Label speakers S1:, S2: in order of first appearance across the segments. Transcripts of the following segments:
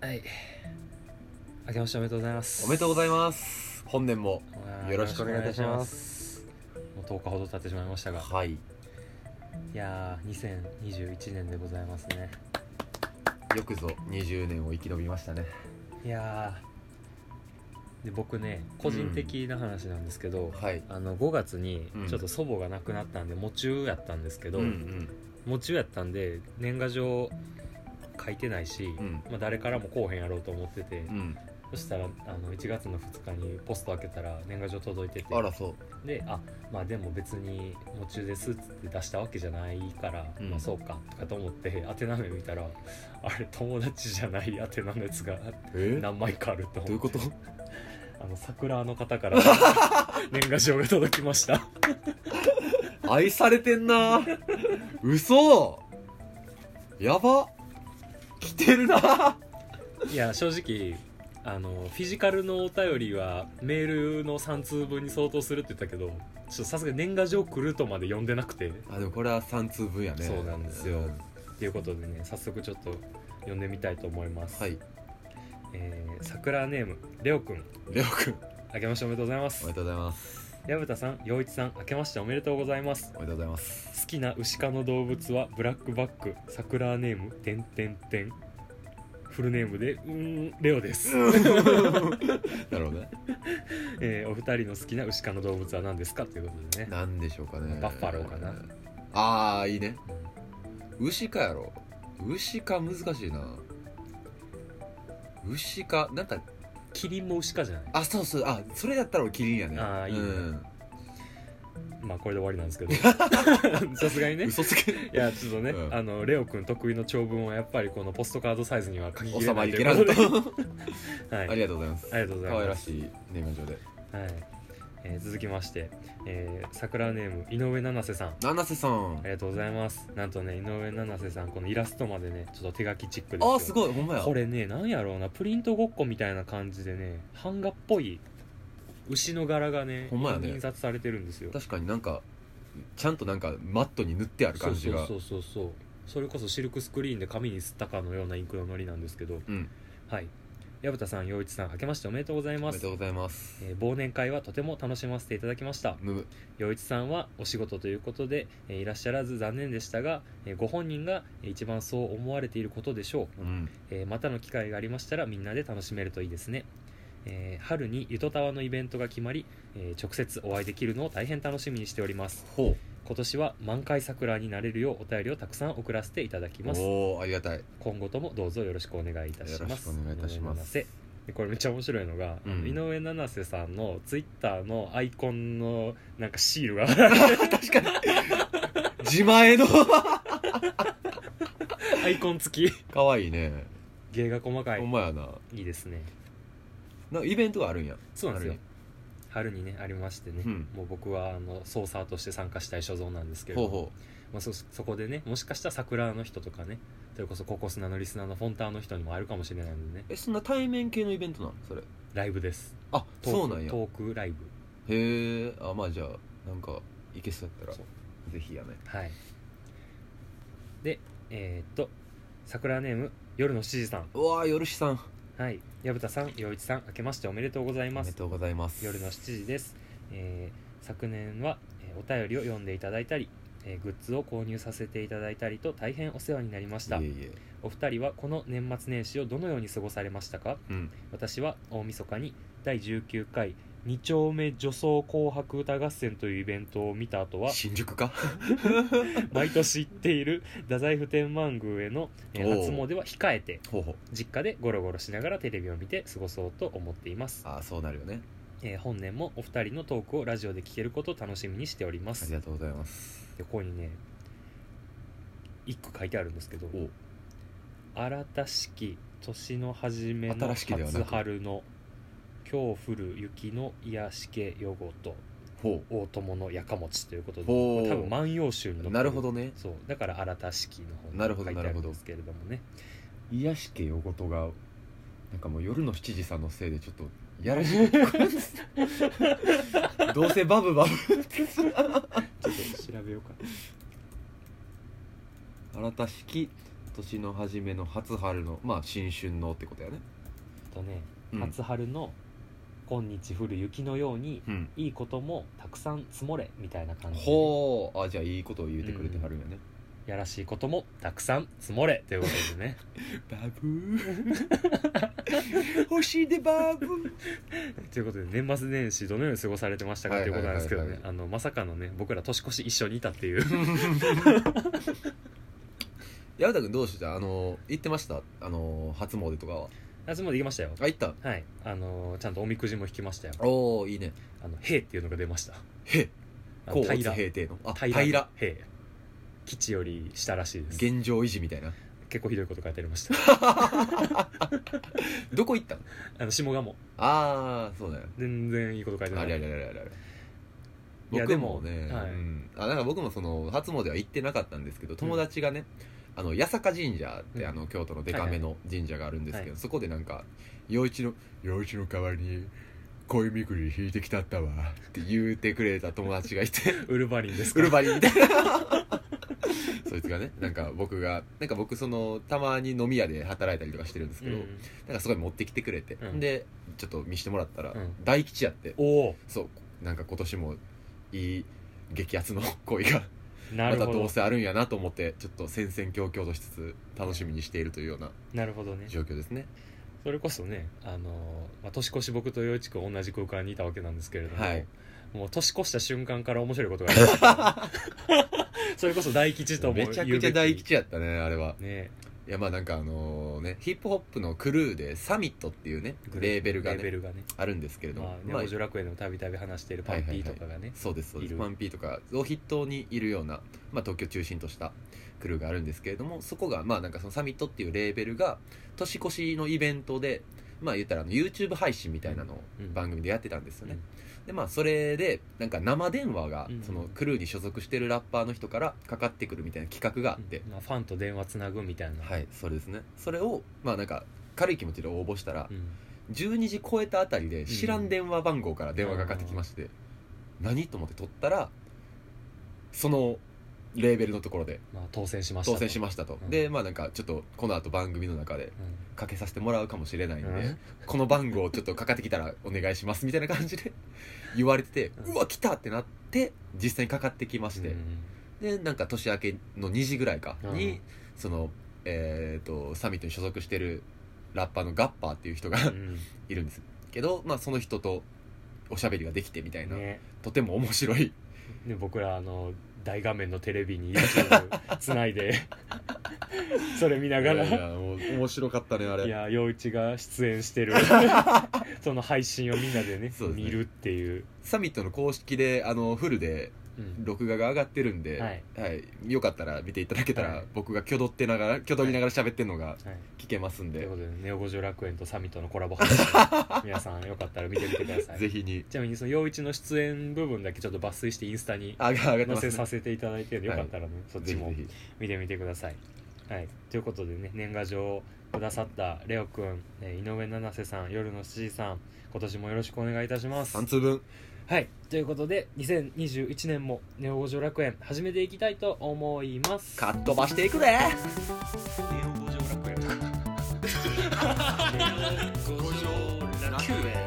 S1: はい明けましておめでとうございます
S2: おめでとうございます本年も
S1: あー
S2: よろしくお願いいたします
S1: もう10日ほど経ってしまいましたが
S2: はい
S1: いやー2021年でございますね
S2: よくぞ20年を生き延びましたね
S1: いやーで僕ね個人的な話なんですけど、
S2: はい
S1: あの5月に
S2: うん
S1: ちょっと祖母が亡くなったんで喪中やったんですけど、
S2: うんうん
S1: 喪中やったんで年賀状書いてないし、
S2: ん
S1: まあ、誰からもこうへんやろうと思ってて、
S2: うん
S1: そしたらあの1月の2日にポスト開けたら年賀状届いてて
S2: あらそう
S1: であまあでも別に「夢中です」っつって出したわけじゃないから、
S2: うん
S1: まあそうかとかと思って宛名目見たらあれ友達じゃない宛名のやつが
S2: えど
S1: 何枚かあると
S2: ういう
S1: 思って
S2: こと
S1: あの桜の方 から年賀状が届きました
S2: 愛されてんな嘘やば来てるない
S1: や正直あのフィジカルのお便りはメールの3通分に相当するって言ったけどちょっとさすがに年賀状来るとまで読んでなくてっ
S2: あでもこれは3通分やね
S1: そうなんですよ
S2: うん
S1: ていうことでね早速ちょっと読んでみたいと思います、
S2: はい
S1: えー桜ネームレオくん
S2: レオくん
S1: 明けましておめでとうございま
S2: お
S1: す
S2: めでとうございます
S1: 薮田さん陽一さん明けましておめでとうございます
S2: おめでとうございます
S1: 好きな牛科の動物はブラックバック桜ネームてんてんてんフルネームでうーんレオです、
S2: なるほどね
S1: えーお二人の好きな牛科の動物は何ですかということでね
S2: なんでしょうかね
S1: バッファローかな
S2: ああいいね牛かやろ牛か難しいな牛かなんか
S1: キリンも牛科じゃない
S2: あそうそうあそれだったら俺キリンやね
S1: あーいいね
S2: うん
S1: まあこれで終わりなんですけ ど さすがにね
S2: 嘘つけ
S1: いやちょっとね、
S2: うん
S1: あのレオくん得意の長文はやっぱりこのポストカードサイズには書ききれ
S2: 収
S1: な
S2: ま
S1: い
S2: り
S1: と
S2: き
S1: い
S2: ら
S1: うん こととではい、
S2: ありがとうございます
S1: ありがとうございます
S2: 可愛らしい年賀状で
S1: はい、えー続きまして、えー桜ネーム井上七瀬さんあ
S2: 七瀬さん
S1: りがとうございますなんとね井上七瀬さんこのイラストまでねちょっと手書きチックです
S2: あ
S1: よ
S2: ーすごいほんまや
S1: これねなんやろうなプリントごっこみたいな感じでね版画っぽい牛の柄がね
S2: ほんまやね
S1: 印刷されてるんですよ
S2: 確かになんかちゃんとなんかマットに塗ってある感じが
S1: そうそうそうそうそうそれこそシルクスクリーンで紙に吸ったかのようなインクののりなんですけど
S2: うん
S1: はい薮田さん陽一さん明けましておめでとうござい
S2: お
S1: ま
S2: めですとうございます
S1: えー忘年会はとても楽しませていただきました
S2: むむ
S1: 陽一さんはお仕事ということで、えーいらっしゃらず残念でしたが、えーご本人がえー一番そう思われていることでしょう、
S2: うん
S1: えーまたの機会がありましたらみんなで楽しめるといいですね、えー春にゆとたわのイベントが決まり、えー直接お会いできるのを大変楽しみにしております
S2: ほ
S1: 今年は満開桜になれるようお便りをたくさん送らせていただき
S2: う
S1: ます
S2: おおありがたい
S1: 今後ともどうぞよろしくお願いいたし
S2: よろ
S1: ま
S2: し
S1: す
S2: くお願いいたします
S1: 井上七瀬でこれめっちゃ面白いのが、あの
S2: うん
S1: 井上七瀬さんのツイッターのアイコンのなんかシールが
S2: 自前の
S1: アイコン付き
S2: 可愛いね
S1: 芸が細か
S2: ほ
S1: い
S2: んまやない
S1: いですね
S2: なんかイベントがあるんや
S1: そうなんですよ春にねありましてね、
S2: うん
S1: もう僕はあのソーサーとして参加したい所存なんですけれど
S2: ほ
S1: も
S2: うほ
S1: まあ、そそこでねもしかしたら桜の人とかねそれこそココスナのリスナーのフォンターの人にも会えるかもしれないのでね
S2: うえそんな対面系のイベントなのそれ
S1: ライブです
S2: あ
S1: トーク
S2: そうなんやへ
S1: トークライブ
S2: えあまあじゃあなんかいけそうやった
S1: そ
S2: らぜひやね
S1: はいでえーっと桜ネーム夜の7時さん
S2: うわーよるしさん
S1: はい薮田さん陽一さん明けましておめでとうござい
S2: おめ
S1: ます
S2: でとうございます
S1: 夜の7時です、えー昨年は、えーお便りを読んでいただいたり、えーグッズを購入させていただいたりと大変お世話になりました
S2: いえいえ
S1: お二人はこの年末年始をどのように過ごされましたか
S2: うん
S1: 私は大晦日に第19回2丁目女装紅白歌合戦というイベントを見た後 は
S2: 新宿か
S1: 毎年行っている太宰府天満宮への、えー
S2: おう
S1: 初詣は控えて
S2: ほうほう
S1: 実家でゴロゴロしながらテレビを見て過ごそうと思っています
S2: ああそうなるよね
S1: えー本年もお二人のトークをラジオで聞けることを楽しみにしておりま
S2: あり
S1: すで
S2: がとうございます
S1: ここにね一句書いてあるんですけど
S2: お
S1: 「新たしき年の初めの
S2: 新しきではなく
S1: 初春の今日降る雪の癒しけ夜ごと
S2: ほ
S1: 大友のやかもち」ということで
S2: ほう
S1: まあ多分「万葉集」の
S2: うなるほどね
S1: そうだから「新たしき」の方に
S2: なるほど
S1: 書いてあ
S2: な
S1: る
S2: るほ
S1: ん
S2: ど
S1: ですけれどもね
S2: 癒し系おごとがなんかもう夜の7時さんのせいでちょっとやら しいどうせバブバブ
S1: ちょっと調べようか
S2: 新たしき年の初めの初春のまあ新春のってことやね
S1: とね、
S2: うん
S1: 初春の「今日降る雪のように
S2: うん
S1: いいこともたくさん積もれ」みたいな感じで
S2: ほうあじゃあいいことを言うてくれてはるんやね、
S1: やらしいこともたくさん積もれということですね
S2: バブー 星でバブー
S1: ということで年末年始どのように過ごされてましたかということなんですけど
S2: はい
S1: ね
S2: はい
S1: あのまさかのね僕ら年越し一緒にいたっていう
S2: 矢田君どうしてたあの行ってましたあの初詣とかは
S1: 夏まで行きましたよ
S2: あ行った
S1: はいあのちゃんとおみくじも引きましたよ
S2: おおいいね
S1: あの「兵」っていうのが出ました
S2: へ
S1: あの
S2: 甲乙
S1: 平
S2: 平定のあ
S1: 平
S2: 平
S1: 兵基地より下らしいです
S2: 現状維持みたいな
S1: 結構ひどいこと書いてありま した
S2: どこ行ったの
S1: あの下鴨
S2: ああそうだよ
S1: 全然いいこと書いてな
S2: あ
S1: い
S2: れあれあれあれあれ
S1: いや
S2: 僕もね
S1: でもはい
S2: うんあなんか僕もその初詣は行ってなかったんですけど友達がね、あの八坂神社っ
S1: う
S2: て、
S1: ん
S2: あの京都のデカめの神社があるんですけど、
S1: は
S2: そこでなんか「陽一の陽一の代わりに恋みくり引いてきたったわ」って言うてくれた友達がい て
S1: ウルバリンです
S2: ウ
S1: か
S2: ルバリンみたいな そいつがねなんか僕がなんか僕そのたまに飲み屋で働いたりとかしてるんですけど、
S1: うん
S2: なんかすごい持ってきてくれて、
S1: うん
S2: でちょっと見してもらったら、
S1: うん
S2: 大吉やって
S1: おお
S2: そうなんか今年もいい激アツの恋が
S1: な
S2: ま
S1: る
S2: た
S1: ほ
S2: ど
S1: ど
S2: うせあるんやなと思ってちょっと戦々恐々としつつ楽しみにしているというような
S1: なるほどね
S2: 状況ですね
S1: それこそね、あのーまあ、年越し僕と陽一君同じ空間にいたわけなんですけれども、
S2: はい
S1: もう年越した瞬間から面白いことがありました それこそ大吉とも
S2: めちゃくちゃ大吉やったねあれは
S1: ね
S2: いやまあなんかあのねヒップホップのクルーでサミットっていうねレーベルが
S1: レーベ
S2: ね
S1: ルがね
S2: あるんですけれども、
S1: まあね
S2: まあ
S1: 五条楽園でもたびたび話しているパンピーとかがね、
S2: そうですそうで
S1: い
S2: す
S1: る
S2: パンピーとかを筆頭にいるような、まあ、東京中心としたクルーがあるんですけれどもそこがまあなんかそのサミットっていうレーベルが年越しのイベントでまあ言ったらあの YouTube 配信みたいなのを
S1: うん
S2: 番組でやってたんですよね、
S1: うん
S2: でまあそれでなんか生電話が
S1: うん
S2: そのクルーに所属してるラッパーの人からかかってくるみたいな企画があって、
S1: まあ、ファンと電話つなぐみたいな、
S2: はいそれですねそれをまあなんか軽い気持ちで応募したら
S1: うん
S2: 12時超えたあたりで知らん電話番号から電話がかかってきまして、何と思って取ったらそのレーベルのところで
S1: まあ、当選しました
S2: 当選し
S1: ま
S2: ましたと、
S1: うん
S2: でまあなんかちょっとこの後番組の中でかけさせてもらうかもしれないんで、この番号ちょっとかかってきたらお願いしますみたいな感じで 言われてて、
S1: う
S2: うんわ来たってなって実際にかかってきまして、でなんか年明けの2時ぐらいかに、
S1: うん
S2: そのえっ、とサミットに所属してるラッパーのガッパーっていう人が いるんですけど、まあ、その人とおしゃべりができてみたいな、
S1: ね
S2: とても面白い
S1: ね僕らあの大画面のテレビに YouTube つないでそれ見ながら
S2: いやいやもう面白かったねあれ
S1: いや陽一が出演して るその配信をみんなでね
S2: そうですね
S1: 見るっていう、
S2: サミットの公式であのフルで
S1: うん
S2: 録画が上がってるんで、
S1: はい
S2: よかったら見ていただけたら、
S1: はい
S2: 僕が挙動ってながら挙動りながら喋ってるのが
S1: はい、
S2: 聞けますん
S1: とい
S2: で
S1: う、ことでネオ五条楽園とサミットのコラボ配 信皆さんよかったら見てみてください
S2: ぜひに
S1: ちなみにその陽一の出演部分だけちょっと抜粋してインスタに
S2: あが上
S1: 載
S2: がって
S1: せさ
S2: ます、
S1: せていただいてるのでよ
S2: はい
S1: かったらね、そ
S2: ね、
S1: っ
S2: ぜ
S1: ち
S2: ひぜ
S1: も
S2: ひ
S1: 見てみてください、はい、ということでね年賀状をくださったレオくん、えー井上七瀬さん夜の7時さん今年もよろしくお願いいたします
S2: 3通分
S1: はい、ということで2021年もネオ五条楽園始めていきたいと思います
S2: かっ飛ばしていくぜ
S1: ネオ五条楽園五条楽園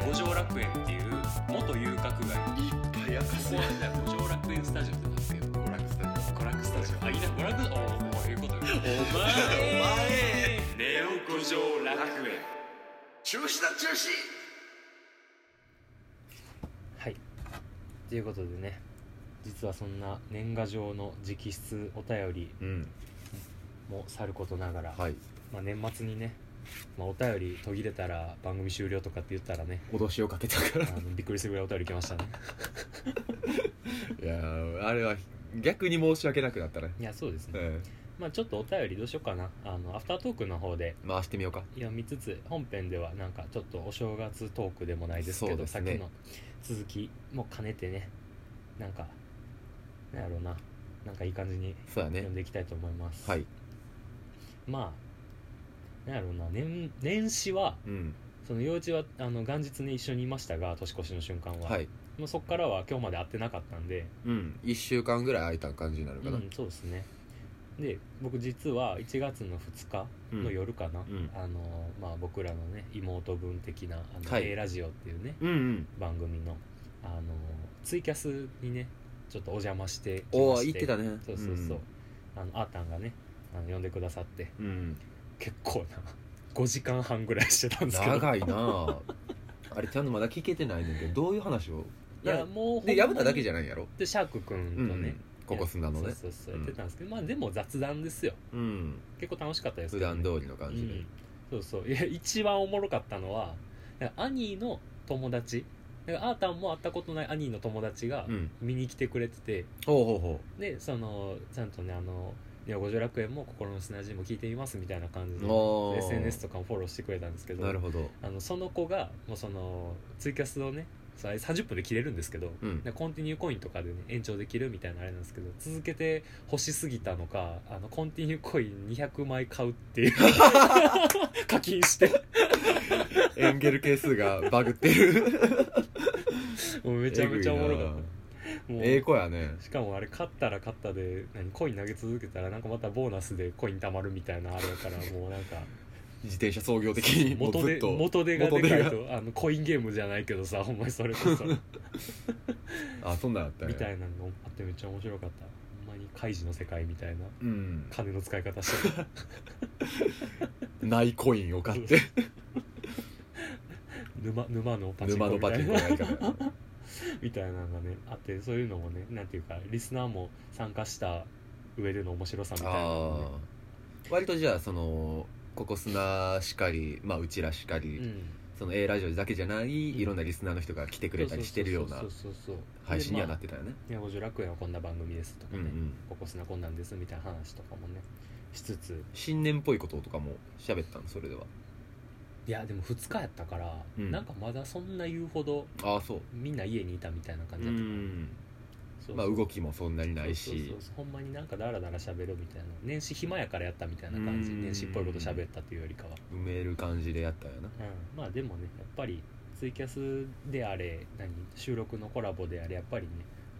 S1: 五条楽園っていう元遊郭街
S2: いっぱいやか
S1: ここは五条楽園スタジオってなんですけど娯楽スタジオあいいな娯楽おお前いうことよお前ネオ五条楽園
S2: 中止だ中止
S1: はいということでね実はそんな年賀状の直筆お便り
S2: うん
S1: もさることながら、
S2: はい
S1: まあ、年末にね、まあ、お便り途切れたら番組終了とかって言ったらね
S2: 脅しをかけたから
S1: あの びっくりするぐらいお便り来ましたね
S2: いやーあれは逆に申し訳なくなったね、
S1: いやそうですね、
S2: うん、
S1: まあ、ちょっとお便りどうしようかなあのアフタートークの方で
S2: 回してみようか
S1: 読みつつ本編ではなんかちょっとお正月トークでもないですけ
S2: そう
S1: ど
S2: です
S1: 先
S2: ね
S1: の続きも兼ねてねなんかなんやろうななんかいい感じに
S2: そうやね
S1: 読んでいきたいと思います、
S2: はい
S1: まあなんやろうな年年始は
S2: うん
S1: その幼稚はあの元日に一緒にいましたが年越しの瞬間は、
S2: はい
S1: もうそこからは今日まで会ってなかったんで、
S2: うん1週間ぐらい空いた感じになるか
S1: う
S2: な、
S1: ん、そうですねで僕実は1月の2日の夜かな、
S2: うん
S1: あのまあ、僕らのね妹分的な「あの
S2: はい
S1: A ラジオ」っていうね
S2: うんうん
S1: 番組のあのツイキャスにねちょっとお邪魔してき
S2: お
S1: ま
S2: お
S1: し
S2: 言ってたね
S1: そうそうそう、あのあーたんがねあの呼んでくださって
S2: うん、うん
S1: 結構な5時間半ぐらいしてたんですけど
S2: 長いな ああれちゃんとまだ聞けてないねんけどどういう話を
S1: いやもう
S2: で破っただけ
S1: ゃ
S2: じゃないんやろ
S1: でシャーク君と
S2: う
S1: ね、
S2: んうんここ住んだのね
S1: そうそうそうやってたんですけど、まあでも雑談ですよ
S2: うん
S1: 結構楽しかったです
S2: 普
S1: けどね
S2: 段通りの感じで、
S1: うん、そうそういや一番おもろかったのはなんか兄の友達なんかあーたんも会ったことない兄の友達が
S2: うん
S1: 見に来てくれてて、
S2: ほうほうほ
S1: でそのちゃんとねあの「ネオ五条楽園」も「心の砂地」も聞いてみますみたいな感じで
S2: おー
S1: SNS とかもフォローしてくれたんですけ
S2: う
S1: ど
S2: なるほど
S1: あのその子がもうそのツイキャスをねそうあれ30分で切れるんですけど、
S2: うん
S1: でコンティニューコインとかで、ね、延長できるみたいなあれなんですけど続けて欲しすぎたのかあのコンティニューコイン200枚買うっていう 課金して
S2: エンゲル係数がバグってる
S1: もう めちゃめちゃおもろかっ
S2: え
S1: たもう
S2: ぐいなええ子やね
S1: しかもあれ勝ったら勝ったで何コイン投げ続けたらなんかまたボーナスでコイン貯まるみたいなあれや からもうなんか
S2: 自転車操業的にもう
S1: 元
S2: ずっ
S1: で
S2: と
S1: 元手がでかい
S2: 元手
S1: とあのコインゲームじゃないけどさほんまにそれ こそ。
S2: があそんなんあったね
S1: みたいなのあってめっちゃ面白かったほんまにカイジの世界みたいな
S2: うん
S1: 金の使い方して た
S2: ないコイン を買って
S1: 沼沼のパチンコ
S2: 沼の
S1: みた
S2: パチ
S1: い
S2: ンコ
S1: な
S2: のやり方
S1: みたいなのがねあってそういうのもねなんていうかリスナーも参加した上での面白さみたいなのもね
S2: あー 割とじゃあそのここ砂しかりまあうちらしかり、
S1: うん
S2: その A ラジオだけじゃないいろんなリスナーの人が来てくれたりしてるような
S1: そうそうそうそう
S2: 配信にはなっ
S1: で
S2: てたよね、
S1: まあいや五十楽園はこんな番組ですとか
S2: う
S1: ね、
S2: んうん
S1: ここ砂こんなんですみたいな話とかもねしつつ
S2: 新年っぽいこととかも喋ったのそれではい
S1: やでも2日やったから、
S2: うん
S1: なんかまだそんな言うほど
S2: ああそう
S1: みんな家にいたみたいな感
S2: う
S1: じだった、
S2: ん
S1: そうそう
S2: まあ動きもそんなにない
S1: そうそう
S2: し
S1: そうそうほんまになんかダラダラ喋るみたいな年始暇やからやったみたいな感じ
S2: うん
S1: 年始っぽいこと喋ったっていうよりかは、
S2: 埋める感じでやったよな
S1: うん、まあでもねやっぱりツイキャスであれ何収録のコラボであれやっぱりね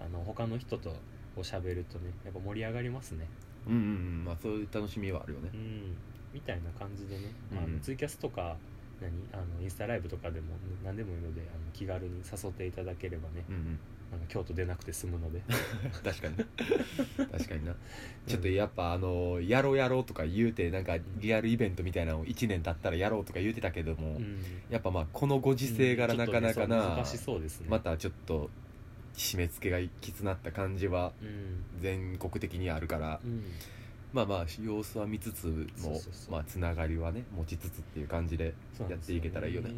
S1: あの他の人とを喋るとねやっぱ盛り上がりますね
S2: うんうんうんまあそういう楽しみはあるよね
S1: うんみたいな感じでね、
S2: うん
S1: あのツイキャスとか何あのインスタライブとかでも何でもいいのであの気軽に誘っていただければね
S2: うんうん
S1: なんか京都出なくて済むので
S2: 確 かに確かになちょっとやっぱあのやろうやろうとか言うてなんかリアルイベントみたいなのを1年経ったらやろうとか言うてたけども、
S1: うん
S2: やっぱまあこのご時世柄なかなか
S1: ちょっとねそ
S2: な、
S1: う難しそうですね
S2: またちょっと締め付けがきつなった感じは
S1: うん
S2: 全国的にあるから、
S1: うん
S2: まあまあ様子は見つつ
S1: そう
S2: も
S1: そうそう
S2: まあつながりはね持ちつつっていう感じで
S1: そうなんですよ
S2: やっていけたらいいよね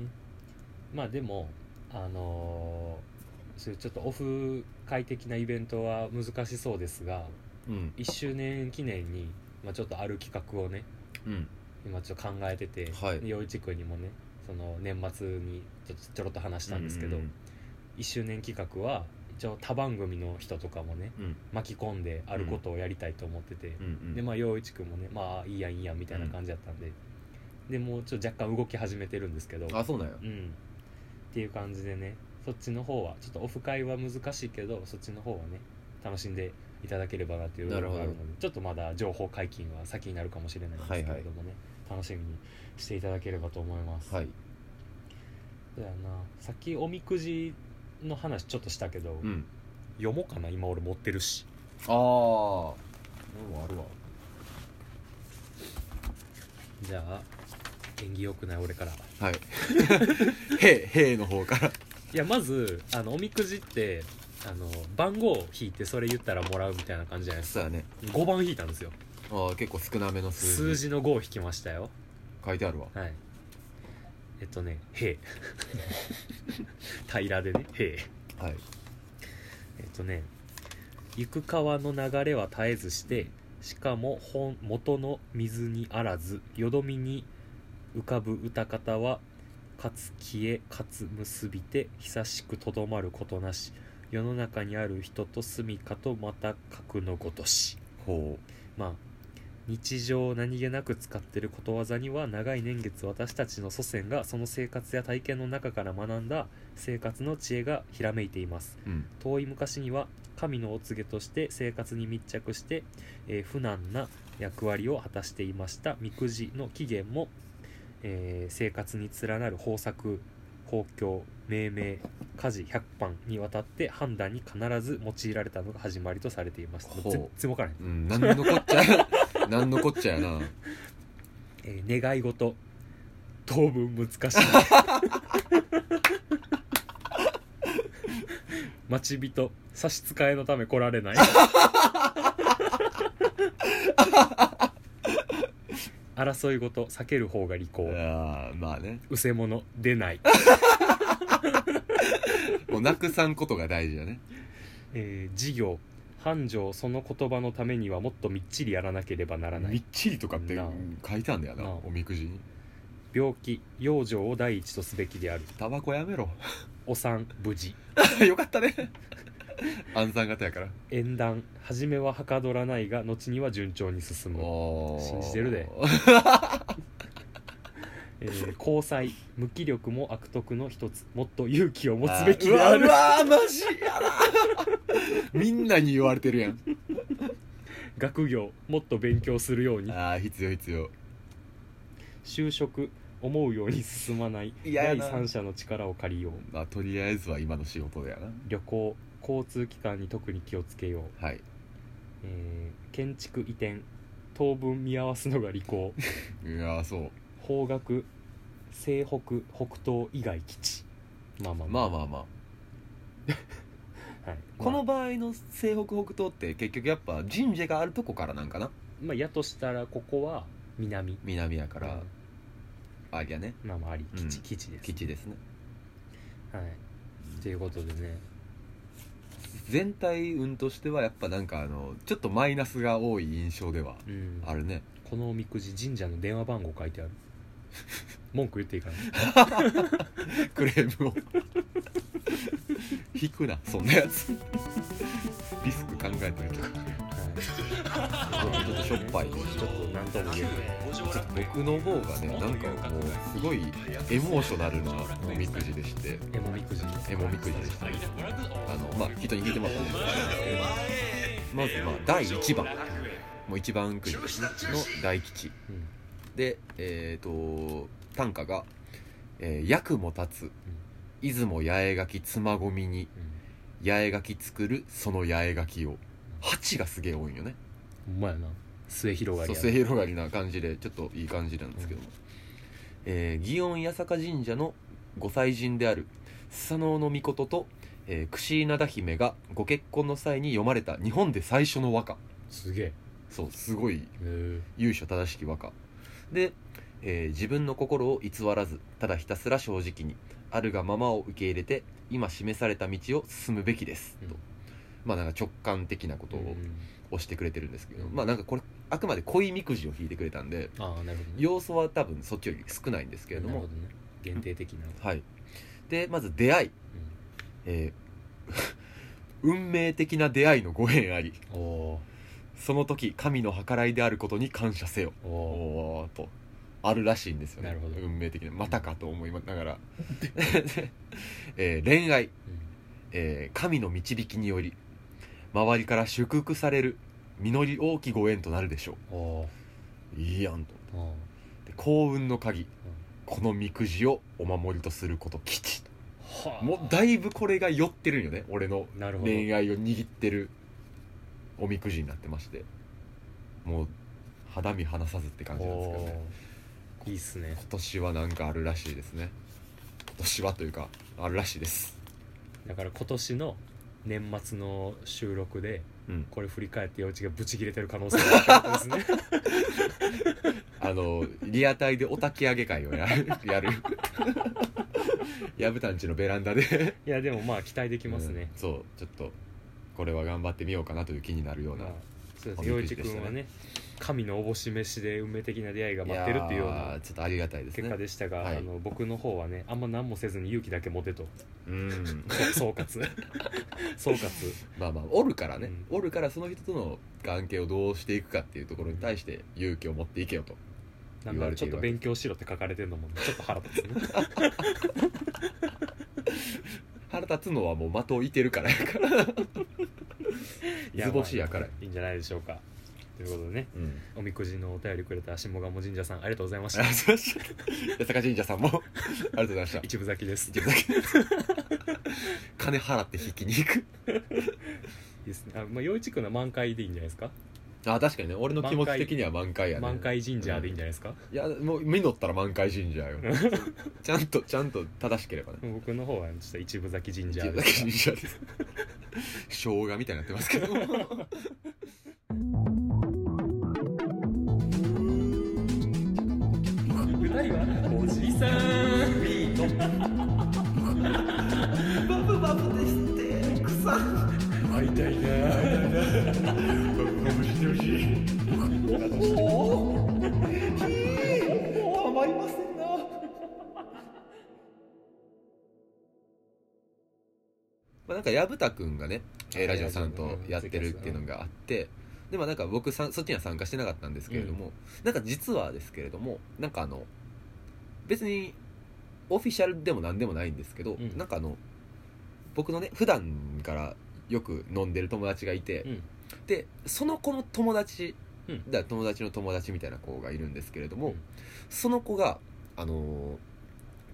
S1: まあでもあのーそういうちょっとオフ会的なイベントは難しそうですが
S2: うん
S1: 1周年記念に、まあ、ちょっとある企画をね
S2: うん
S1: 今ちょっと考えてて
S2: はい
S1: で陽一君にもねその年末にちょっとちょろっと話したんですけど、
S2: うん
S1: 1周年企画は一応他番組の人とかもね
S2: うん
S1: 巻き込んであることをやりたいと思ってて、
S2: うんうん
S1: でまあ陽一君もねまあいいやんいいやんみたいな感じだったんで、でもうちょっと若干動き始めてるんですけど
S2: あそうなんや
S1: うん、っていう感じでねそっちの方はちょっとオフ会は難しいけどそっちの方はね楽しんでいただければなっていうの
S2: な
S1: が
S2: る
S1: あ
S2: ほど
S1: るのでちょっとまだ情報解禁は先になるかもしれないんですけれどもね、楽しみにしていただければと思います、
S2: はい
S1: そうやなさっきおみくじの話ちょっとしたけど、
S2: うん
S1: 読もうかな今俺持ってるし
S2: ああもうあるわ
S1: じゃあ縁起良くない俺から
S2: はい へへの方から
S1: いやまずあのおみくじってあの番号を引いてそれ言ったらもらうみたいな感じじゃないですか
S2: そうやね
S1: 5番引いたんですよ
S2: ああ結構少なめの数字
S1: 数字の5を引きましたよ
S2: 書いてあるわ
S1: はいえっとね「平」平らでね「平」
S2: はい
S1: えっとね「行く川の流れは絶えずしてしかも本元の水にあらずよどみに浮かぶ歌方はかつ消えかつ結びて久しくとどまることなし世の中にある人と住みかとまた格のごとし」
S2: ほ
S1: まあ日常を何気なく使ってることわざには長い年月私たちの祖先がその生活や体験の中から学んだ生活の知恵がひらめいています
S2: ううん
S1: 遠い昔には神のお告げとして生活に密着して、えー不難な役割を果たしていましたみくじの起源も、えー生活に連なる方策公共命名家事百般にわたって判断に必ず用いられたのが始まりとされていました
S2: ほう
S1: 全然分からへん
S2: うん何のこっちゃ 何のこっちゃやな
S1: えー願い事当分難しい 待ち人差し支えのため来られない 争い事避ける方が利口
S2: あーまあね
S1: うせ者出ない、
S2: もうなくさんことが大事だね
S1: えー事業繁盛その言葉のためにはもっとみっちりやらなければならな
S2: みっ
S1: い
S2: ちりとかって
S1: なあ
S2: 書いてあんだよな
S1: なあ
S2: おみくじに
S1: 病気養生を第一とすべきである
S2: タバコやめろ
S1: お産無事
S2: よか ったね安産型やから
S1: 縁談初めははかどらないが後には順調に進む、
S2: おー
S1: 信じてる でえー交際無気力も悪徳の一つもっと 勇気を持つべきであ
S2: う
S1: る
S2: わうわマジやな みんなに言われてるやん
S1: 学業もっと勉強するように
S2: ああ必要必要
S1: 就職思うように進まない
S2: 嫌や
S1: 第
S2: な
S1: 三者の力を借りよう
S2: まあとりあえずは今の仕事だよな
S1: 旅行交通機関に特に気をつけよう、
S2: はい
S1: えー建築移転当分見合わすのが利 口
S2: いやーそう
S1: 方角西北北東以外基地まあまあ
S2: まあまあまあ
S1: はい、
S2: この場合の西北北東って結局やっぱ神社があるとこからなんかな
S1: まあ、やとしたらここは南
S2: 南やから、
S1: うん
S2: ありゃね
S1: まあまああり基地、
S2: うん
S1: 基地です
S2: 基地ですね
S1: はいということでね
S2: 全体運としてはやっぱなんかあのちょっとマイナスが多い印象では
S1: うん
S2: あるね
S1: このおみくじ神社の電話番号書いてある文句言っていいかな
S2: クレームを 引くなそんなやつリスク考えてるとか
S1: はい
S2: ちょっとしょっぱい
S1: ちょっと何とも言えない
S2: 僕の方がねなんかもうすごいエモーショナルなおみくじでして
S1: エモみくじ
S2: エモみくじでしてあのまあ人に聞いてもらってもいいですかまずまあ第1番もう一番くじですねの大吉
S1: うん
S2: でえっ、と短歌が「えー役も立つ」出雲八重垣妻込みに八重垣作るその八重垣を八がすげえ多いんよね
S1: うんほんまやな末広がり
S2: そう
S1: や
S2: 末広がりな感じでちょっといい感じなんですけども、えー祇園八坂神社のご祭神であるスサノオノミコトと、えー、櫛稲田姫がご結婚の際に読まれた日本で最初の和歌
S1: すげえ
S2: そうすごい
S1: へえ
S2: 由緒正しき和歌で、えー自分の心を偽らずただひたすら正直にあるがままを受け入れて今示された道を進むべきです、
S1: うん
S2: とまあなんか直感的なことを
S1: うん
S2: 押してくれてるんですけど、
S1: うん
S2: まあなんかこれあくまで恋みくじを引いてくれたんで
S1: ああなるほどね
S2: 要素は多分そっちより少ないんですけれど
S1: な
S2: も
S1: るほどね限定的な、うん
S2: はいでまず出会い、えー 運命的な出会いのご縁あり
S1: お
S2: その時神の計らいであることに感謝せよ
S1: ーお
S2: お
S1: お
S2: ーとあるらしいんですよね
S1: なるほど
S2: 運命的なまたかと思いな がら、えー恋愛、えー神の導きにより周りから祝福される実り大きご縁となるでしょ
S1: おお
S2: ういいやんと
S1: ーおー
S2: で幸運の鍵このみくじをお守りとすること吉
S1: はあ
S2: もうだいぶこれが寄ってるんよね俺の
S1: なるほど
S2: 恋愛を握ってるおみくじになってましてもう肌身離さずって感じなんですけどね
S1: おーいいっすね
S2: 今年はなんかあるらしいですね今年はというかあるらしいです
S1: だから今年の年末の収録で
S2: うん
S1: これ振り返って幼稚がブチ切れてる可能性があるんですね
S2: あの リアタイでお焚き上げ会をやる やるやぶたんちのベランダで
S1: いやでもまあ期待できますね
S2: うん、そうちょっとこれは頑張ってみようかなという気になるよう
S1: ま
S2: な
S1: あ、そうです
S2: お
S1: ね
S2: み
S1: 陽
S2: くじ
S1: 一
S2: でしたね
S1: 君はね神のおぼし飯で運命的な出会いが待ってるっていうよう
S2: や
S1: な
S2: ーちょっとありがたいですね
S1: 結果でしたが、
S2: はい
S1: あの僕の方はねあんま何もせずに勇気だけ持 てと
S2: うん
S1: そ総括総括
S2: まあまあおるからね、
S1: うん
S2: おるからその人との関係をどうしていくかっていうところに対して勇気を持っていけよと
S1: なん
S2: 言わ
S1: か
S2: れ
S1: ち
S2: て
S1: ょ
S2: い
S1: っ
S2: る
S1: と
S2: わけ
S1: 勉強しろって書かれてるのもちょっと腹 立つね
S2: 腹立つのはもう的を射てるからやから
S1: や
S2: 図星やから
S1: まあいいんじゃないでしょうかということでね
S2: うん
S1: おみくじのお便りくれた下鴨神社さんありがとうございまし
S2: あ
S1: た
S2: そう し八坂神社さんもありがとうございました
S1: 一部咲きです
S2: 一部だけ金払って引きに行く
S1: いいですねあまあ陽一君は満開でいいんじゃないですか
S2: あ確かにね俺の気持ち的には満開やね
S1: 満開神社でいいんじゃないですか、
S2: いやもう実ったら満開神社よ ちゃんとちゃんと正しければね
S1: 僕の方はちょっと一部咲き神社
S2: 一部だけ神社です 生姜みたいになってますけ ど
S1: 歌いはおじさん
S2: 会いたいな僕もしてほしい
S3: たまりませんな
S2: まあ、なんか薮田君がね、えー
S1: あ
S2: ラジオさん
S1: ラジオ
S2: と
S1: ね
S2: やってるっていうのがあってでもなんか僕さんそっちには参加してなかったんですけれども、なんか実はですけれどもなんかあの別にオフィシャルでも何でもないんですけど、
S1: うん
S2: なんかあの僕のね普段からよく飲んでる友達がいて、
S1: うん
S2: でその子の友達、
S1: うん
S2: だから友達の友達みたいな子がいるんですけれども、
S1: うん
S2: その子があのー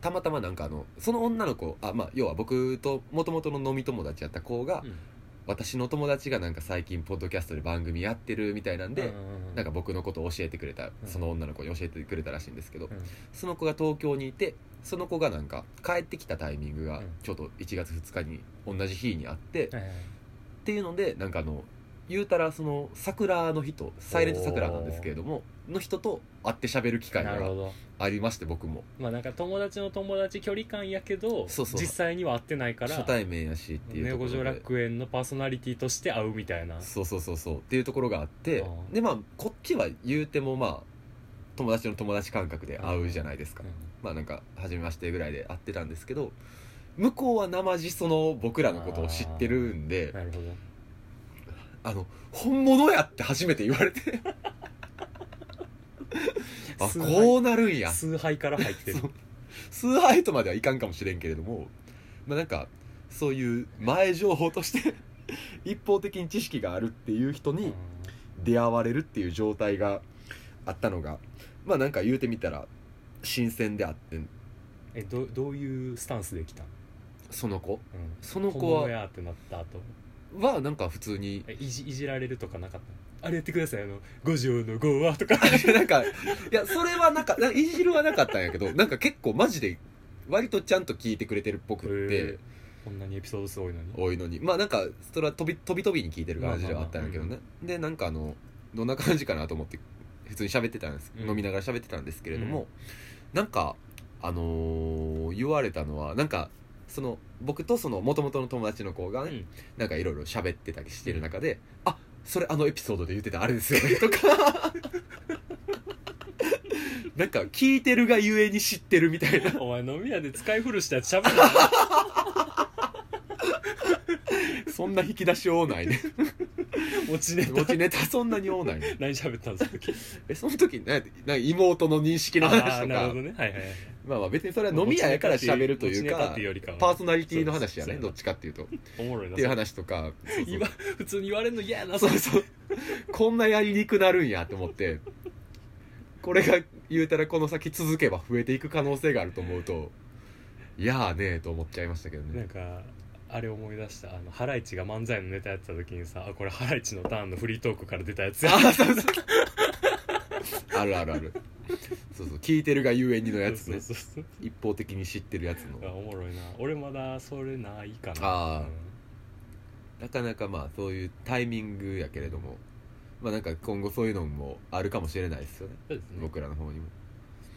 S2: たまたまなんかあのその女の子あ、まあ、要は僕ともともとの飲み友達やった子が、
S1: うん
S2: 私の友達がなんか最近ポッドキャストで番組やってるみたいなんで、なんか僕のことを教えてくれた
S1: うん
S2: その女の子に教えてくれたらしいんですけど、
S1: うん
S2: その子が東京にいてその子がなんか帰ってきたタイミングが
S1: うん
S2: ちょっと1月2日に同じ日にあって、
S1: はいはい
S2: っていうのでなんかあの言うたらその桜の人サイレント桜なんですけれどもの人と会って喋る機会
S1: なるほ
S2: が
S1: ど
S2: ありまして僕も
S1: まあなんか友達の友達距離感やけど
S2: そうそう
S1: 実際には会ってないから
S2: 初対面やしっていう
S1: ネ
S2: とこ
S1: ゴジョ
S2: ろで
S1: 楽園のパーソナリティとして会うみたいな
S2: そうそうそうそうっていうところがあって
S1: うん
S2: でまあこっちは言うてもまあ友達の友達感覚で会うじゃないですか
S1: う
S2: まあなんか初めましてぐらいで会ってたんですけど向こうは生地その僕らのことを知ってるんで
S1: んなるほど
S2: あの本物やって初めて言わ れてあ
S1: 崇拝
S2: こうなるんや
S1: 崇拝から入ってる
S2: そう崇拝とまではいかんかもしれんけれどもまあなんかそういう前情報として 一方的に知識があるっていう人
S1: うん
S2: に出会われるっていう状態があったのがまあなんか言うてみたら新鮮であって
S1: えどどういうスタンスで来たの
S2: その子
S1: うん
S2: その子
S1: 本物
S2: は
S1: やってなった後
S2: はなんか普通に
S1: えいじいじられるとかなかったあれやってくださいあの五条の五は とか
S2: なんかいやそれはなんかいじるはなかったんやけどなんか結構マジで割とちゃんと聞いてくれてるっぽくって。
S1: へえこんなにエピソード数多いのに
S2: 多いのにまあなんかそれは飛び飛び飛びに聞いてる感じではあったんやけどね、でなんかあのどんな感じかなと思って普通に喋ってたんです、
S1: うん
S2: 飲みながら喋ってたんですけれども、なんかあのー言われたのはなんかその僕とその元々の友達の子がね、
S1: うん
S2: なんかいろいろ喋ってたりしてる中で、あそれあのエピソードで言ってたあれですよねと かなんか聞いてるがゆえに知ってるみたい な
S1: お前飲み屋で使い古したやつしゃべるな
S2: そんな引き出し多ない ね
S1: 持ちネ
S2: 持
S1: タ
S2: ちネタそんなに多ないね
S1: 何喋ったん ですか
S2: えその時なんやなんか妹の認識の
S1: あ
S2: 話
S1: あー
S2: と
S1: なる
S2: か
S1: ほどねはいはいはい
S2: まあまあ別にそれは飲み屋やから喋るとい
S1: 持
S2: う
S1: ちネタ
S2: か
S1: っていうよりかは
S2: パーソナリティの話やね
S1: そう
S2: どっちかっていうとっ
S1: おもろいな
S2: ていう話とかそうそう
S1: 言わ普通に言われるの嫌やな
S2: そうそうこんなやりにくなるんやと思ってこれが言うたらこの先続けば増えていく可能性があると思うといやーねえと思っちゃいましたけど
S1: なん
S2: ね
S1: かあれ思い出したあのハライチが漫才のネタやってた時にさあこれハライチのターンのフリートークから出たやつや
S2: あそうそうあるあるあるそうそう聞いてるがゆえにのやつね
S1: そうそう
S2: 一方的に知ってるやつの
S1: そうあおもろいな俺まだそれないかな
S2: あーなかなかまあそういうタイミングやけれどもまあなんか今後そういうのもあるかもしれないですよね
S1: そうですね
S2: 僕らの方にも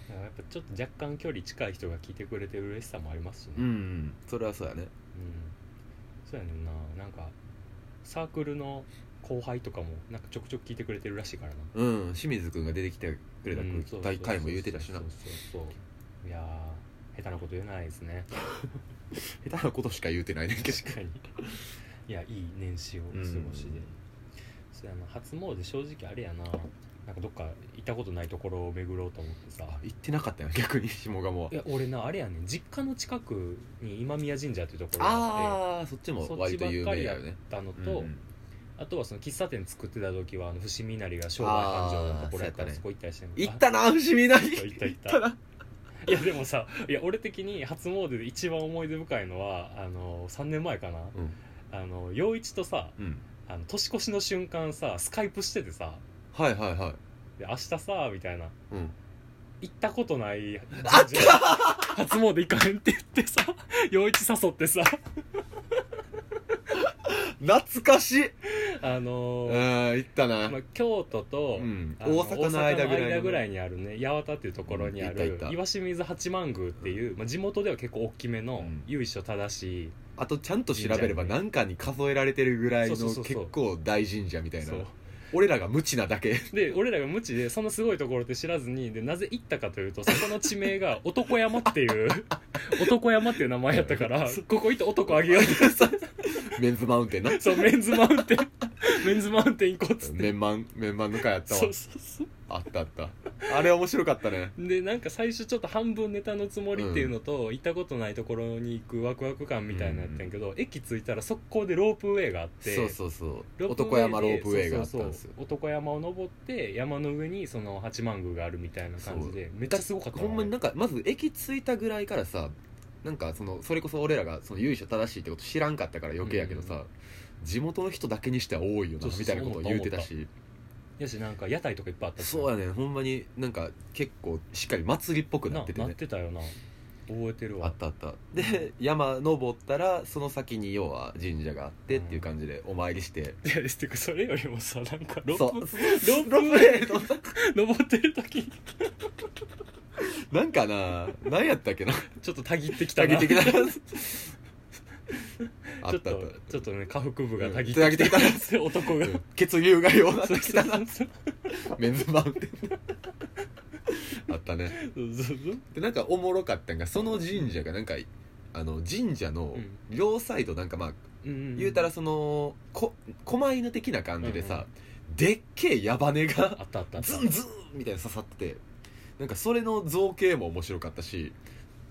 S1: やっぱちょっと若干距離近い人が聞いてくれてる嬉しさもありますしね
S2: うん、うん、それはそうやね
S1: うんそうやねんななんかサークルの後輩とかもなんかちょくちょく聞いてくれてるらしいからな
S2: うん清水君が出てきてくれた
S1: うんそうそうそうそう
S2: 回も言うてたしな
S1: そうそうそういやー下手なこと言えないですね
S2: 下手なことしか言うて ないねんけど
S1: 確かにいやいい年始を過ごしで、
S2: うん
S1: そうやな初詣正直あれやななんかどっか行ったことないところを巡ろうと思ってさ
S2: あ行ってなかったよ逆に下鴨はい
S1: や俺なあれやねん実家の近くに今宮神社っていうところがあって
S2: ああそっちも
S1: そっ
S2: 割
S1: ち
S2: と
S1: ばっ
S2: 有
S1: か
S2: 名
S1: り
S2: や
S1: やっ
S2: よね
S1: たのと、
S2: うん
S1: あとはその喫茶店作ってた時はあの伏見稲荷が商売繁盛だった頃やから
S2: あー
S1: そこ行ったりしてんの
S2: 行ったな伏見なり
S1: 行った行った
S2: な
S1: いやでもさいや俺的に初詣で一番思い出深いのはあの3年前かな
S2: うん
S1: あの陽一とさ
S2: うん
S1: あの年越しの瞬間さスカイプしててさ
S2: はいはいはい
S1: で明日さみたいな
S2: うん
S1: 行ったことない神社 初詣行かへんって言ってさ陽一誘ってさ
S2: 懐かしい
S1: あの
S2: うん
S1: ー
S2: 行ったな
S1: まあ、京都と、
S2: うん
S1: あの
S2: 大阪の間ぐらいの
S1: 大阪のにあるね八幡っていうところにあ
S2: うんいた
S1: る
S2: いた
S1: 岩清水八幡宮っていう、まあ、地元では結構大きめ
S2: う
S1: の
S2: ん
S1: 由緒正しい、
S2: あとちゃんと調べれば何かに数えられてるぐらいの
S1: そうそうそうそう
S2: 結構大神社みたいな
S1: そう
S2: 俺らが無知なだけ
S1: で俺らが無知でそのすごいところって知らずにでなぜ行ったかというとそこの地名が 男山っていう 男山っていう名前やったからここ行って男あげようって
S2: メンズマウンテンな
S1: そうメンズマウンテンメンズマウンテン行こうっつって
S2: メンマンメンマンの会あったわ
S1: そうそうそう
S2: あったあったあれ面白かったね
S1: でなんか最初ちょっと半分ネタのつもりっていうのと、行ったことないところに行くワクワク感みたいなやったんやけど、駅着いたら速攻でロープウェイがあって
S2: そうそうそう
S1: ロープウェイ
S2: 男
S1: で
S2: 山ロープウェイがあった
S1: そうんそう
S2: です
S1: そう
S2: よ
S1: 男山を登って山の上にその八幡宮があるみたいな感じで
S2: そう
S1: めっちゃすごかった
S2: ほんまになんんかまず駅着いたぐらいからさなんかそのそれこそ俺らがその由緒正しいってこと知らんかったから余計やけどさ、
S1: うんうん
S2: 地元の人だけにしては多いよな
S1: そうそう
S2: みたいなことを言うてたし
S1: やしなんか屋台とかいっぱいあったしな
S2: そうやねんほんまになんか結構しっかり祭りっぽくな
S1: な
S2: ってて
S1: な
S2: ね
S1: ってたよな覚えてる
S2: あ
S1: わ
S2: ったあったで山登ったらその先に要は神社があってっていう感じでお参りして、
S1: いやてかそれよりもさなんかロ
S2: そ
S1: ー
S2: う
S1: プロープ
S2: ロープウェイの
S1: 登ってる時に
S2: なんかな何やったっけ な
S1: ちょっとたぎってきた
S2: 打
S1: な
S2: 撃的なあ
S1: ちょ
S2: っ
S1: った
S2: あっ
S1: とちょっとね下腹部がたぎ
S2: うんたぎってきた
S1: た 男
S2: た、
S1: が
S2: うん血流がようなって
S1: そう
S2: きたな
S1: そう
S2: メンズマウンテン あったね
S1: そうそう
S2: でなんかおもろかったんがその神社がなんかあの神社の
S1: うん
S2: 両サイドなんかまあ
S1: うん
S2: 言うたらそのこ狛犬的な感じで
S1: うん
S2: さ、でっけえ矢羽が
S1: あったあったあった
S2: ズンズンみたいな刺さっててなんかそれの造形も面白かったし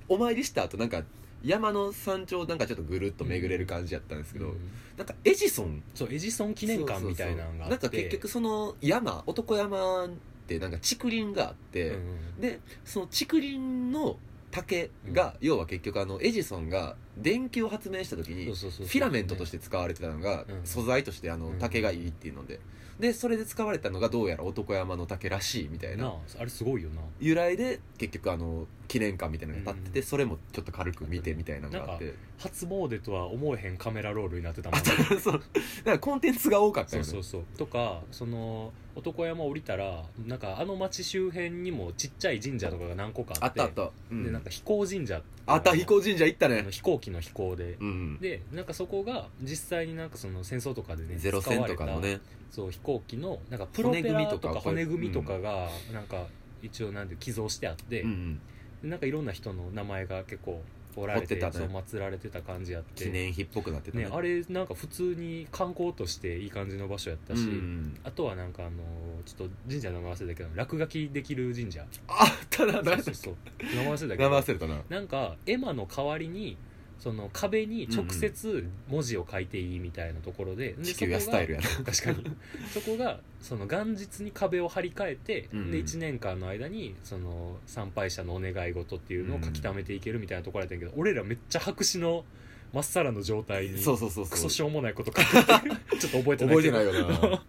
S2: お参りした後なんか山の山頂なんかちょっとぐるっと巡れる感じやったんですけ
S1: う
S2: ど、
S1: ん
S2: なんかエジソン
S1: そうエジソン記念館みたいなのがあって
S2: そうそうそうなんか結局その山男山ってなんか竹林があって、
S1: うん
S2: でその竹林の竹が、要は結局あのエジソンが電球を発明した時に
S1: そうそうそう
S2: フィラメントとして使われてたのが、
S1: うん
S2: 素材としてあの
S1: うん
S2: 竹がいいっていうのででそれで使われたのがどうやら男山の竹らしいみたい
S1: な
S2: な
S1: ああれすごいよな
S2: 由来で結局あの記念館みたいなのが立ってて、
S1: うん
S2: それもちょっと軽く見てみたいなのがあって
S1: 初詣とは思えへんカメラロールになってたも
S2: あ
S1: んね
S2: ったそうだからコンテンツが多かった
S1: そ
S2: よ
S1: う
S2: ね
S1: そうそうとかその男山降りたらなんかあの町周辺にもちっちゃい神社とかが何個かあ
S2: あ
S1: っ
S2: ってたあった、うん
S1: でなんか飛行神社
S2: あった飛行神社行った
S1: あ
S2: ね
S1: の飛行機の飛行で、
S2: うん
S1: でなんかそこが実際になんかその戦争とかでね
S2: ゼロ戦とかの
S1: 使われ
S2: ね
S1: たそう飛行機のなんかプロペラとか骨
S2: 骨
S1: 組
S2: 組
S1: み
S2: み
S1: と
S2: と
S1: か
S2: か
S1: がなんか一応なんていう寄贈してあって、
S2: うんうん
S1: でなんかいろんな人の名前が結構おられて
S2: 彫ってた
S1: そう
S2: ね
S1: 祀られてた感じやって
S2: 記念碑っぽくなってたね
S1: ね、あれなんか普通に観光としていい感じの場所やったし、
S2: うん
S1: あとはなんかあのーちょっと神社の名前忘れたけど落書きできる神 社
S2: あったな
S1: そ
S2: 名
S1: うそうそう名前忘れたけ
S2: 前
S1: ど
S2: 忘れたな
S1: なんか絵馬の代わりにその壁に直接文字を書いていいみたいなところで,で、
S2: 地球やスタイ ルやな
S1: そこが確かにそこがその元日に壁を張り替えて、
S2: うんうん
S1: で1年間の間にその参拝者のお願い事っていうのを書き溜めていけるみたいなところやったんやけど、俺らめっちゃ白紙のまっさらの状態に
S2: そうそうそう
S1: クソし
S2: そう
S1: ょうもないこと書くっていう ちょっと覚えてない
S2: 覚えてない
S1: い
S2: よな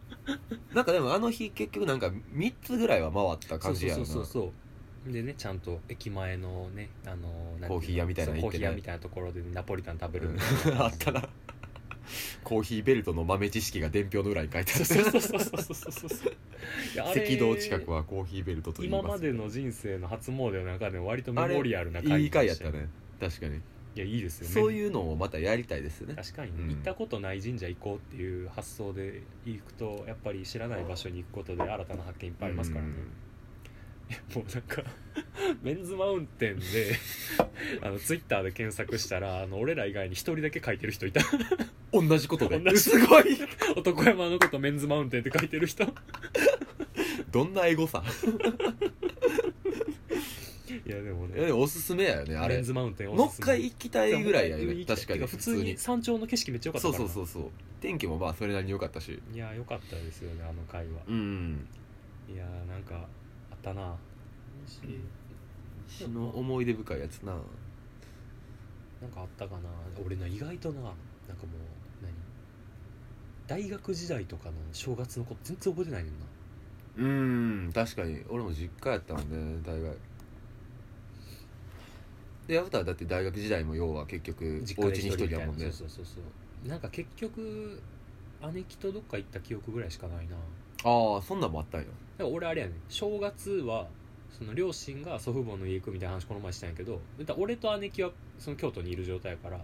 S2: なんかでもあの日結局なんか3つぐらいは回った
S1: そ
S2: 感
S1: う
S2: じや
S1: そ
S2: な
S1: うそうそうでねちゃんと駅前のねあのなんていうの
S2: コーヒー屋みたいなの
S1: そうコ
S2: 行
S1: ーヒー
S2: ってね
S1: 屋みたいなところでナポリタン食べるみたいな
S2: うん あったなコーヒーベルトの豆知識が伝票の裏に書いて
S1: そう
S2: あ
S1: そうそうそうそうそうそういや
S2: っ
S1: あ
S2: た
S1: れ
S2: 赤道近くはコーヒーベルトと言い
S1: 今
S2: ま
S1: ますでの人生の初詣の中でも割とメモリアルな
S2: いい回
S1: 会
S2: やったね確かに
S1: いやいいですよね
S2: そういうのをまたやりたいですね
S1: 確かに、
S2: うん
S1: 行ったことない神社行こうっていう発想で行くとやっぱり知らない場所に行くことで新たな発見いっぱいありますからね、
S2: うん
S1: いやもうなんかメンズマウンテンであのツイッターで検索したらあの俺ら以外に一人だけ書いてる人いた
S2: 同じこと
S1: 同
S2: で
S1: じ
S2: すごい
S1: 男山のことメンズマウンテンって書いてる人
S2: どんなエゴさ
S1: いやでも
S2: いや
S1: ね
S2: でもおすすめやよねあ
S1: レン
S2: れ
S1: ズマウンテン
S2: もう一回行きたいぐらいやよね
S1: 行きた
S2: 確か
S1: て
S2: に
S1: 普
S2: 普
S1: 通
S2: 通
S1: に
S2: に
S1: 山頂の景色めっちゃ良かった
S2: そ
S1: か
S2: う
S1: ら
S2: そうそうそう天気もまあそれなりに良かったし
S1: いや良かったですよねあの会話
S2: うん
S1: いやーなんかあったな
S2: 詩の思い出深いやつな
S1: なんかあったかな俺な意外とななんかもう何大学時代とかの正月のこと全然覚えてないねんな
S2: うん確かに俺も実家やったもんね大学でアフターだって大学時代も要は結局お家に一人やもんね
S1: そうそうそうそうなんか結局姉貴とどっか行った記憶ぐらいしかないなだか
S2: ああそんなんもあったんよ
S1: ら俺あれやねん正月はその両親が祖父母の家行くみたいな話この前したんやけどだから俺と姉貴はその京都にいる状態やからだ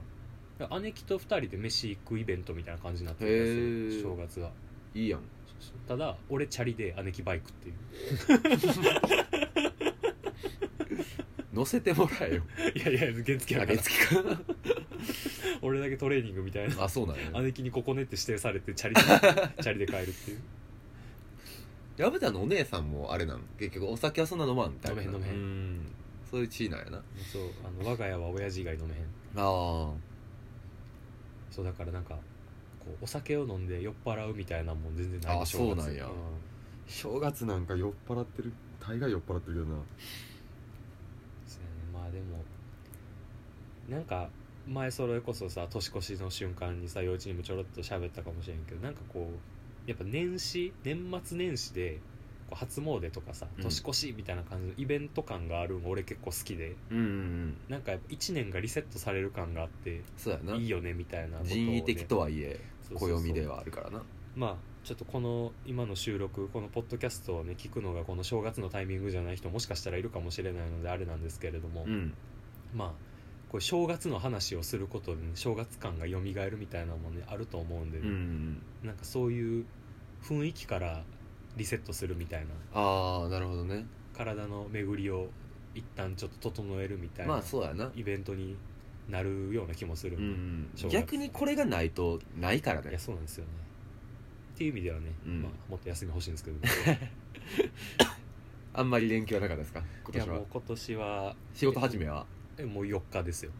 S1: から姉貴と2人で飯行くイベントみたいな感じになってるんです
S2: へ
S1: よ
S2: ー
S1: 正月が
S2: いいやん
S1: ただ俺チャリで姉貴バイクっていう
S2: 乗せてもらえよ
S1: いやいや原付や
S2: あ
S1: から
S2: げつきか
S1: 俺だけトレーニングみたいな
S2: あそうなんや
S1: 姉貴にここねって指定されてチャリで チャリで帰るっていう
S2: ヤブタのお姉さんもあれなん結局お酒はそんな飲まんみたいな
S1: 飲めへん飲めへん
S2: うんそういう地位なんやな
S1: そうあの我が家は親父以外飲めへん
S2: ああ
S1: そうだからなんかこうお酒を飲んで酔っ払うみたいなもん全然ない
S2: あ
S1: 正月
S2: そうなんや正月なんか酔っ払ってる大概酔っ払ってるよな
S1: そうやねまあでもなんか前それこそさ年越しの瞬間にさ幼稚園もちょろっと喋ったかもしれんけどなんかこうやっぱ年始年末年始でこう初詣とかさ
S2: うん
S1: 年越しみたいな感じのイベント感があるの俺結構好きで、
S2: うんうんうん
S1: なんかやっぱ1年がリセットされる感があって
S2: そうやない
S1: いよねみたいなことをね
S2: 人為的とはいえ
S1: そうそうそう
S2: 暦ではあるからな
S1: まあちょっとこの今の収録このポッドキャストをね聞くのがこの正月のタイミングじゃない人もしかしたらいるかもしれないのであれなんですけれども、
S2: ん
S1: まあこう正月の話をすることで、ね、正月感が蘇るみたいなのもねあると思うんで、
S2: うんうん
S1: なんかそういう雰囲気からリセットするみたいな
S2: ああなるほどね
S1: 体の巡りを一旦ちょっと整えるみたいな、
S2: まあそうやな
S1: イベントになるような気もするん
S2: う
S1: で、
S2: ん
S1: 正月
S2: 逆にこれがないとないから
S1: い
S2: ね
S1: やそうなんですよねっていう意味ではね、
S2: うん
S1: まあ、もっと休み欲しいんですけど
S2: あんまり連休はなかったですか今
S1: いやも
S2: 年は
S1: う今年は
S2: 仕事始めは
S1: えもう4日ですよ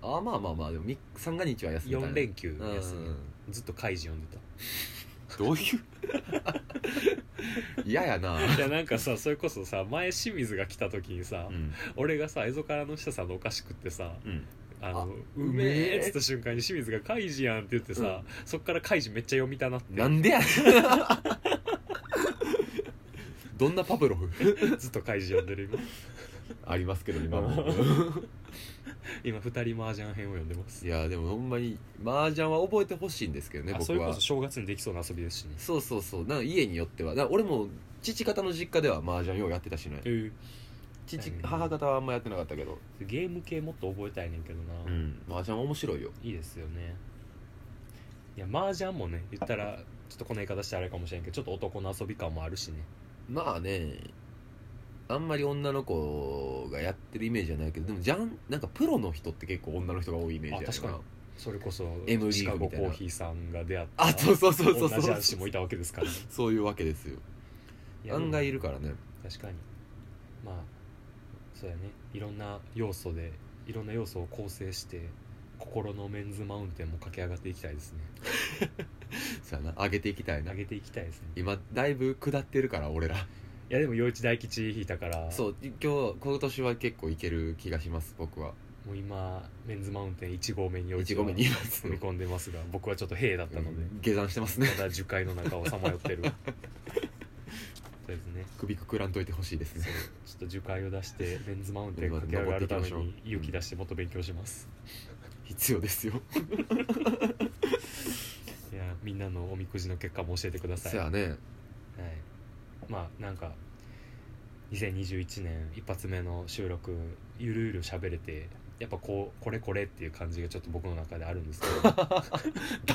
S2: ああまあまあまあでもみ三が日は休みたいな
S1: 4連休の休み、
S2: うん
S1: ずっと開示読んで
S2: どう いう嫌やな
S1: たいやなんかさそれこそさ前清水が来た時にさ、
S2: ん
S1: 俺がさ蝦夷からの下さんのお菓子食ってさ
S2: うん
S1: 「あの
S2: あ
S1: うめえ」っつった瞬間に清水が「開示やん」って言ってさ、そっから開示めっちゃ読みたなって
S2: なん でやねんどんなパブロフ
S1: ずっと開示読んでる今
S2: ありますけど今も
S1: 今2人麻雀編を読んでます
S2: いやでもほんまに麻雀は覚えてほしいんですけどね
S1: あそ
S2: 僕
S1: れこ
S2: は
S1: そ正月にできそうな遊びですしね
S2: そうそうそうなんか家によってはだから俺も父方の実家では麻雀ようやってたしね
S1: え
S2: 父
S1: うん
S2: 母方はあんまやってなかったけど
S1: えゲーム系もっと覚えたいねんけどな、
S2: うん麻雀面白いよ
S1: いいですよねいや麻雀もね言ったらちょっとこの言い方してあれかもしれんけどちょっと男の遊び感もあるしね
S2: まあねあんまり女の子がやってるイメージじゃないけどでもじゃんなんかプロの人って結構女の人が多いイメージ
S1: あ
S2: や
S1: 確かにそれこそ
S2: M リ
S1: シ
S2: ー
S1: カ
S2: グ
S1: ゴ
S2: み
S1: コ
S2: たいな
S1: ーヒーさんが出会った
S2: あそうそうそうそうそ
S1: 女雀
S2: う
S1: 士もいたわけですから、ね、
S2: そういうわけですよ
S1: いや
S2: 案外いるからね
S1: 確かにまあそうやねいろんな要素でいろんな要素を構成して心のメンズマウンテンも駆け上がっていきたいですね
S2: そうやな上げていきたいな
S1: 投げていきたいですね
S2: 今だいぶ下ってるから俺ら
S1: いやでも陽一大吉引いたから
S2: そう今日今年は結構いける気がします僕は
S1: もう今メンズマウンテン1号目に陽一
S2: 1
S1: が
S2: 合目にいます
S1: 踏み込んでますが僕はちょっと兵だったので、
S2: 下山してますね
S1: まだ樹海の中をさまよってるそうですね
S2: 首くくらんといてほしいです
S1: そう
S2: ね
S1: ちょっと樹海を出してレンズマウンテン駆け上がるために勇気出してもっと勉強します、
S2: 必要ですよ
S1: いやみんなのおみくじの結果も教えてください
S2: そやね
S1: はい、まあなんか2021年一発目の収録ゆるゆる喋れてやっぱこうこれこれっていう感じがちょっと僕の中であるんですけど
S2: ダ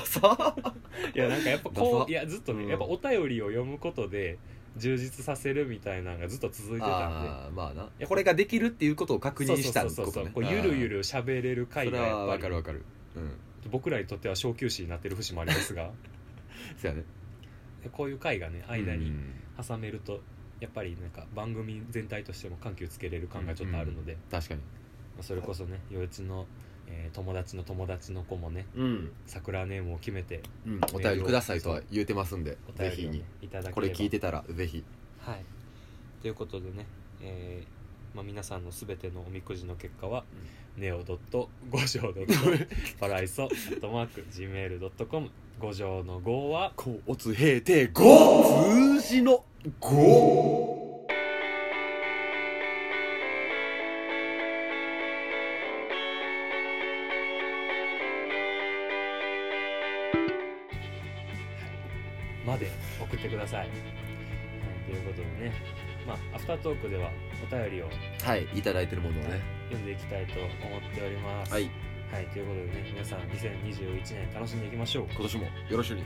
S2: サ
S1: いやなんかやっぱ
S2: ダ
S1: こ
S2: サ
S1: ういやずっとね、
S2: うん
S1: やっぱお便りを読むことで充実させるみたいなのがずっと続いてたんで
S2: ああまあなこれができるっていうことを確認した
S1: そう
S2: こ
S1: そうそうそ
S2: と
S1: う
S2: ね
S1: こうゆるゆる喋れる
S2: あー
S1: 回
S2: そ
S1: が
S2: れ
S1: や
S2: は
S1: っ
S2: わ
S1: ぱ
S2: か
S1: り
S2: るわかるうん
S1: 僕らにとっては小休止になってる 節もありますが
S2: そやね
S1: こういう回がね間
S2: う
S1: に
S2: ん
S1: 挟めるとやっぱりなんか番組全体としても緩急つけれる感がちょっとあるので、
S2: 確かに
S1: まあそれこそね余一の、えー友達の友達の子もね
S2: うん、
S1: 桜ネームを決めて
S2: うん、お便りくださいとは言うてますんで
S1: お便
S2: ぜ
S1: り
S2: ひ
S1: をね、
S2: に
S1: いただければ
S2: これ聞いてたらぜひ
S1: はいということでね、えーまあ、皆さんのすべてのおみくじの結果は、ネオドット五条ドットパライソアットマーク Gmail.com 五条の5は
S2: こうおつへいて5数字の5
S1: まで送ってください、はい、ということでねまあアフタートークではお便りを
S2: はいいただいてるものをね
S1: 読んでいきたいと思っております
S2: はい、
S1: はい、ということでね皆さん2021年楽しんでいきましょう
S2: 今年もよろしくに